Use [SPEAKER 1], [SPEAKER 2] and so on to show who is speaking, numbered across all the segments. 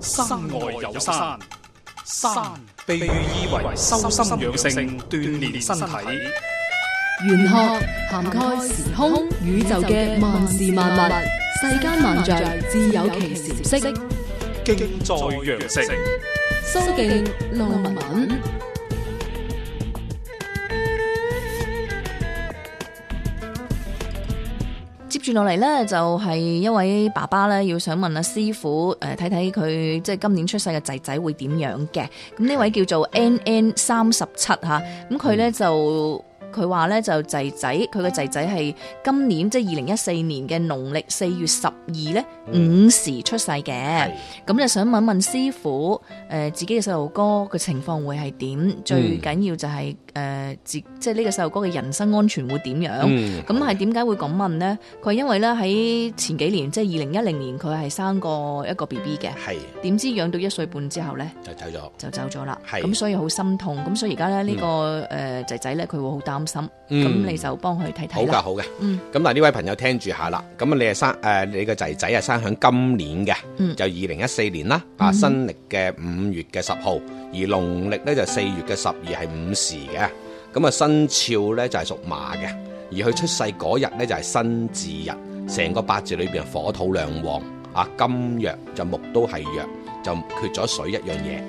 [SPEAKER 1] 山外有山，山被寓意為修心養性、鍛鍊身體。
[SPEAKER 2] 玄學涵蓋時空宇宙嘅萬事萬物，世間萬象自有其時色。
[SPEAKER 1] 敬在羊城，
[SPEAKER 2] 蘇敬路文。
[SPEAKER 3] 接住落嚟呢，就係一位爸爸呢，要想問阿師傅誒，睇睇佢即係今年出世嘅仔仔會點樣嘅？咁呢位叫做 N N 三十七嚇，咁佢呢就。佢話呢，就仔仔，佢嘅仔仔係今年即係二零一四年嘅農曆四月十二呢午時出世嘅，咁就想問問師傅，誒、自己嘅細路哥嘅情況會係點？最緊要就係、誒、自即係呢個細路哥嘅人身安全會點樣？
[SPEAKER 4] 嗯，
[SPEAKER 3] 咁係點解會咁問呢？佢係因為咧喺前幾年，即係二零一零年，佢係生過一個 B B 嘅，
[SPEAKER 4] 係
[SPEAKER 3] 點知養到一歲半之後呢，
[SPEAKER 4] 就走咗。
[SPEAKER 3] 就走咗啦。
[SPEAKER 4] 係
[SPEAKER 3] 咁所以好心痛。咁所以而家咧呢、呢個誒仔仔呢，佢會好擔心。咁、
[SPEAKER 4] 嗯
[SPEAKER 3] 你就幫佢睇
[SPEAKER 4] 好
[SPEAKER 3] 睇
[SPEAKER 4] 噶，
[SPEAKER 3] 啦。
[SPEAKER 4] 好嘅。
[SPEAKER 3] 嗯
[SPEAKER 4] 咁嗱，呢位朋友聽住下啦。咁啊，你係生誒，你個仔仔係生響今年嘅，
[SPEAKER 3] 嗯
[SPEAKER 4] 就二零一四年啦，啊，新歷嘅五月嘅十號，而農曆咧就四月嘅十二係午時嘅。咁啊，生肖咧就係屬馬嘅，而佢出世嗰日咧就係辛巳日，成個八字裏邊火土兩旺，啊，金弱就木都係弱，就缺咗水一樣嘢。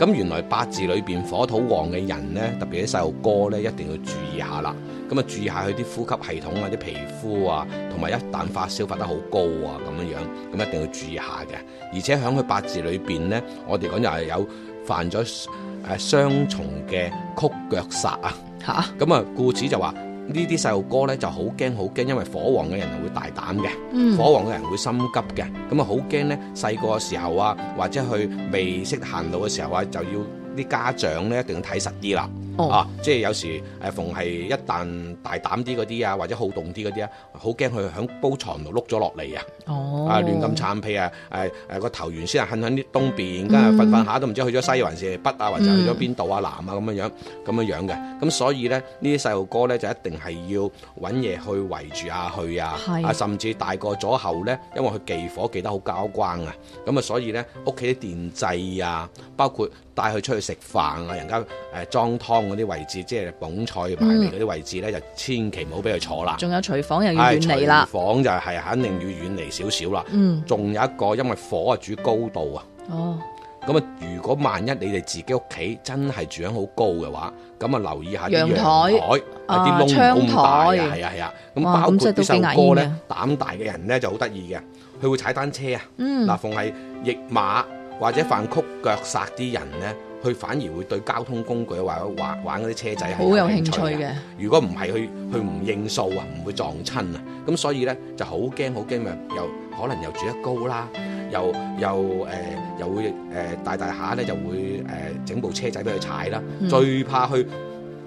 [SPEAKER 4] 咁原來八字裏邊火土旺嘅人咧，特別啲細路哥咧，一定要注意下啦。咁啊，注意下佢啲呼吸系統啊、啲皮膚啊，同埋一旦發燒發得好高啊咁樣樣，咁一定要注意下嘅。而且喺佢八字裏邊咧，我哋講就係有犯咗誒雙重嘅曲腳煞啊。
[SPEAKER 3] 嚇、
[SPEAKER 4] 咁啊，故此就話呢啲細路哥咧就好驚好驚，因為火旺嘅人係會大膽嘅，
[SPEAKER 3] 嗯
[SPEAKER 4] 火旺嘅人會心急嘅，咁啊好驚咧細個嘅時候啊，或者佢未識行路嘅時候啊，就要啲家長咧一定要睇實啲啦。
[SPEAKER 3] 哦
[SPEAKER 4] 啊，即係有時誒，逢係一旦大膽啲嗰啲啊，或者好動啲嗰啲啊，好驚佢響煲床度碌咗落嚟啊！
[SPEAKER 3] 哦，
[SPEAKER 4] 啊，亂咁撐屁啊！誒誒個頭原先係瞓喺啲東邊，跟住瞓瞓下都唔知去咗西還是北啊，或者去咗邊度啊南啊咁樣樣咁樣樣
[SPEAKER 3] 嗯
[SPEAKER 4] 嘅。咁所以咧，呢啲細路哥咧就一定係要揾嘢去圍住下去啊，
[SPEAKER 3] 係
[SPEAKER 4] 啊甚至大個咗後咧，因為佢忌火忌得好交關啊，咁啊所以咧屋企啲電掣啊，包括帶佢出去食飯啊，人家誒裝湯嗰啲位置，即係捧菜埋嚟嗰啲位置咧，就千祈唔好俾佢坐啦。哎
[SPEAKER 3] 仲有廚房又要
[SPEAKER 4] 唉
[SPEAKER 3] 遠離啦
[SPEAKER 4] 廚。房就係肯定要遠離少少啦。
[SPEAKER 3] 嗯，
[SPEAKER 4] 仲有一個，因為火啊煮高度啊，
[SPEAKER 3] 哦，
[SPEAKER 4] 咁啊，如果萬一你哋自己屋企真係住喺好高嘅話，咁啊留意下啲
[SPEAKER 3] 陽
[SPEAKER 4] 陽
[SPEAKER 3] 台
[SPEAKER 4] 台啊啲窿唔好咁大
[SPEAKER 3] 啊
[SPEAKER 4] 啊，
[SPEAKER 3] 窗台
[SPEAKER 4] 係啊係啊，咁
[SPEAKER 3] 哇
[SPEAKER 4] 包括
[SPEAKER 3] 咁真係都
[SPEAKER 4] 啲
[SPEAKER 3] 幾
[SPEAKER 4] 細路哥
[SPEAKER 3] 危險
[SPEAKER 4] 咧，膽大嘅人咧就好得意嘅，佢會踩單車啊，
[SPEAKER 3] 嗯，
[SPEAKER 4] 嗱、逢係逆馬或者犯曲腳殺啲人咧，佢反而會對交通工具或者玩玩嗰啲車仔係
[SPEAKER 3] 好有興趣
[SPEAKER 4] 嘅。
[SPEAKER 3] 嘅。
[SPEAKER 4] 如果唔係佢佢唔應數啊，唔會撞親啊，咁所以咧就好驚好驚咪又可能又住得高啦，又又誒、呃又會誒、呃大大下咧就會誒、呃整部車仔俾佢踩啦，
[SPEAKER 3] 嗯
[SPEAKER 4] 最怕佢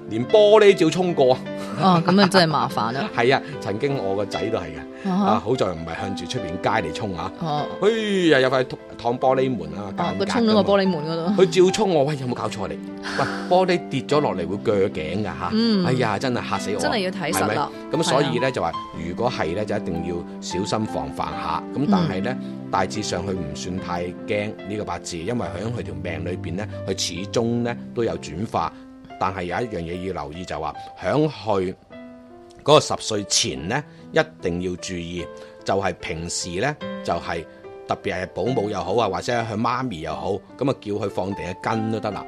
[SPEAKER 4] 連玻璃照衝過，
[SPEAKER 3] 哦，咁啊真係麻 煩啦。
[SPEAKER 4] 係啊，曾經我個仔都係嘅，啊
[SPEAKER 3] 啊
[SPEAKER 4] 好在唔係向住出邊街嚟衝啊，
[SPEAKER 3] 哦，
[SPEAKER 4] 哎呀有塊燙玻璃門啊，
[SPEAKER 3] 哦，
[SPEAKER 4] 尷
[SPEAKER 3] 佢
[SPEAKER 4] 尬
[SPEAKER 3] 衝到
[SPEAKER 4] 㗎嘛
[SPEAKER 3] 個玻璃門嗰度。
[SPEAKER 4] 佢照衝我，喂有冇搞錯你？喂玻璃跌咗落嚟會鋸頸㗎嚇，
[SPEAKER 3] 嗯
[SPEAKER 4] 哎呀真係嚇死我啊！
[SPEAKER 3] 真係要睇實啦。啊
[SPEAKER 4] 咁所以咧就話，如果係咧就一定要小心防範下。咁但係咧，大致上佢唔算太驚呢個八字，因為喺佢條命裏邊咧，佢始終咧都有轉化。但係有一樣嘢要留意就話，響佢嗰個十歲前咧，一定要注意，就係、平時咧就係、特別係保姆又好啊，或者係佢媽咪又好，咁啊叫佢放定嘅根都得啦。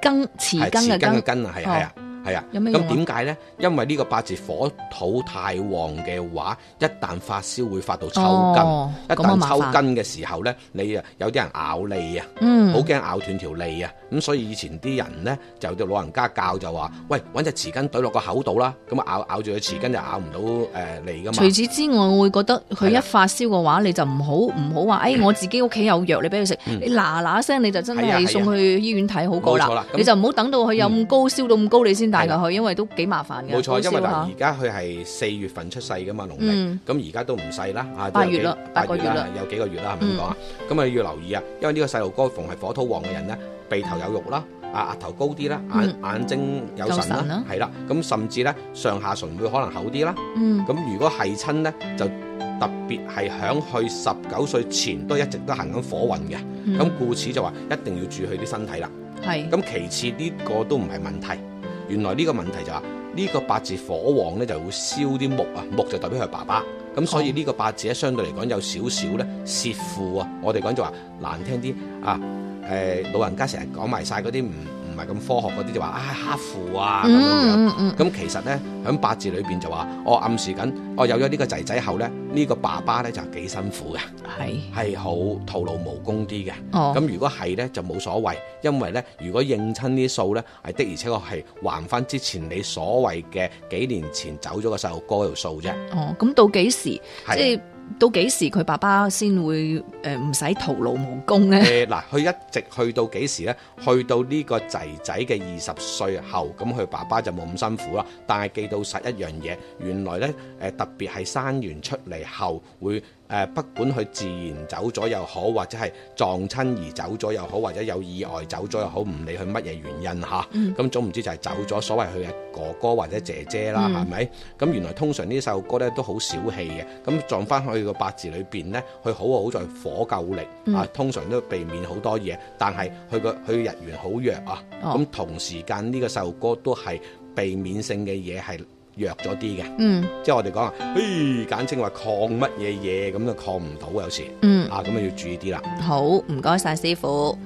[SPEAKER 3] 羹匙羹
[SPEAKER 4] 係
[SPEAKER 3] 嘅
[SPEAKER 4] 匙羹嘅
[SPEAKER 3] 羹。
[SPEAKER 4] 羹啊，係
[SPEAKER 3] 哦
[SPEAKER 4] 係啊。係啊，
[SPEAKER 3] 有咩用啊
[SPEAKER 4] 咁點解呢？因為呢個八字火土太旺嘅話，一旦發燒會發到抽筋，
[SPEAKER 3] 哦
[SPEAKER 4] 一
[SPEAKER 3] 咁啊
[SPEAKER 4] 旦
[SPEAKER 3] 麻
[SPEAKER 4] 抽
[SPEAKER 3] 煩
[SPEAKER 4] 筋嘅時候呢，你啊有啲人咬脷啊，
[SPEAKER 3] 嗯，
[SPEAKER 4] 好驚、咬斷條脷啊，咁所以以前啲人呢，就有啲老人家教就話：，喂，揾隻匙羹懟落個口度啦，咁啊咬咬住個匙羹就咬唔到誒脷啊噶嘛。
[SPEAKER 3] 除此之外，我會覺得佢一發燒嘅話，你就唔好唔好
[SPEAKER 4] 嗯
[SPEAKER 3] 話，誒我自己屋企有藥，你俾佢食，你嗱嗱聲你就真
[SPEAKER 4] 係啊係
[SPEAKER 3] 係
[SPEAKER 4] 啊
[SPEAKER 3] 送去醫院睇好過
[SPEAKER 4] 冇錯
[SPEAKER 3] 啦
[SPEAKER 4] 啦。咁
[SPEAKER 3] 你就唔好等到佢有咁高燒到咁高，你先帶
[SPEAKER 4] 係
[SPEAKER 3] 佢
[SPEAKER 4] 啦
[SPEAKER 3] 去，因為都幾麻煩嘅。
[SPEAKER 4] 冇錯，因為
[SPEAKER 3] 高燒
[SPEAKER 4] 嗱，
[SPEAKER 3] 下
[SPEAKER 4] 而家佢係四月份出世噶嘛，農
[SPEAKER 3] 嗯
[SPEAKER 4] 曆，咁而家都唔細啦，啊，
[SPEAKER 3] 八
[SPEAKER 4] 都有
[SPEAKER 3] 月
[SPEAKER 4] 幾
[SPEAKER 3] 啦八個月啦，嗯
[SPEAKER 4] 有幾個月啦，係咪咁講啊？咁啊要留意啊，因為呢個細路哥逢係火土旺嘅人咧，鼻頭有肉啦，啊額頭高啲啦，眼眼睛有
[SPEAKER 3] 嗯有
[SPEAKER 4] 神
[SPEAKER 3] 神啦
[SPEAKER 4] 啦，係啦，咁甚至咧上下唇會可能厚啲啦，
[SPEAKER 3] 嗯
[SPEAKER 4] 咁如果係親咧就特別係響去十九歲前都一直都行緊火運嘅，
[SPEAKER 3] 嗯
[SPEAKER 4] 咁、故此就話一定要注意佢啲身體啦。
[SPEAKER 3] 係
[SPEAKER 4] 咁其次呢個都唔係問題，原來呢個問題就係呢個八字火旺咧就會燒啲木啊，木就代表佢爸爸，咁所以呢個八字咧相對嚟講有少啊少咧泄富啊，我哋講就話難聽啲啊，誒、老人家成日講埋晒嗰啲唔唔係咁科學嗰啲就話啊黑富啊咁樣樣。
[SPEAKER 3] 嗯嗯嗯，
[SPEAKER 4] 咁其實咧，喺八字裏邊就話，我暗示緊，我有咗呢個仔仔後咧，呢、個爸爸咧就幾辛苦嘅，
[SPEAKER 3] 係
[SPEAKER 4] 係好徒勞無功啲嘅。
[SPEAKER 3] 哦
[SPEAKER 4] 咁、如果係咧就冇所謂，因為咧如果應親啲數咧，係的而且確係還翻之前你所謂嘅幾年前走咗個細路哥嗰條數啫。
[SPEAKER 3] 哦，咁到幾時即
[SPEAKER 4] 係
[SPEAKER 3] 係到幾時佢爸爸先會誒唔使徒勞無功咧？
[SPEAKER 4] 誒嗱，佢一直去到幾時呢？去到呢個仔仔嘅二十歲後，咁佢爸爸就冇咁辛苦啦。但係記到實一樣嘢，原來呢，誒、特別係生完出嚟後會誒、不管佢自然走咗又好，或者係撞親而走咗又好，或者有意外走咗又好，唔理佢乜嘢原因嚇。咁、總唔知就係走咗所謂佢嘅哥哥或者姐姐啦，係咪、咁原來通常呢首歌咧都好小氣嘅，咁撞翻去個八字裏邊咧，佢好啊好在火夠力、啊，通常都避免好多嘢，但係佢個佢日元好弱啊，
[SPEAKER 3] 哦
[SPEAKER 4] 咁、同時間呢個首歌都係避免性嘅嘢係弱咗啲嘅，
[SPEAKER 3] 嗯
[SPEAKER 4] 即係我哋講啊，嘿，簡稱話抗乜嘢嘢咁就抗唔到有時，
[SPEAKER 3] 嗯，
[SPEAKER 4] 啊咁啊要注意啲啦。
[SPEAKER 3] 好，唔該晒師傅。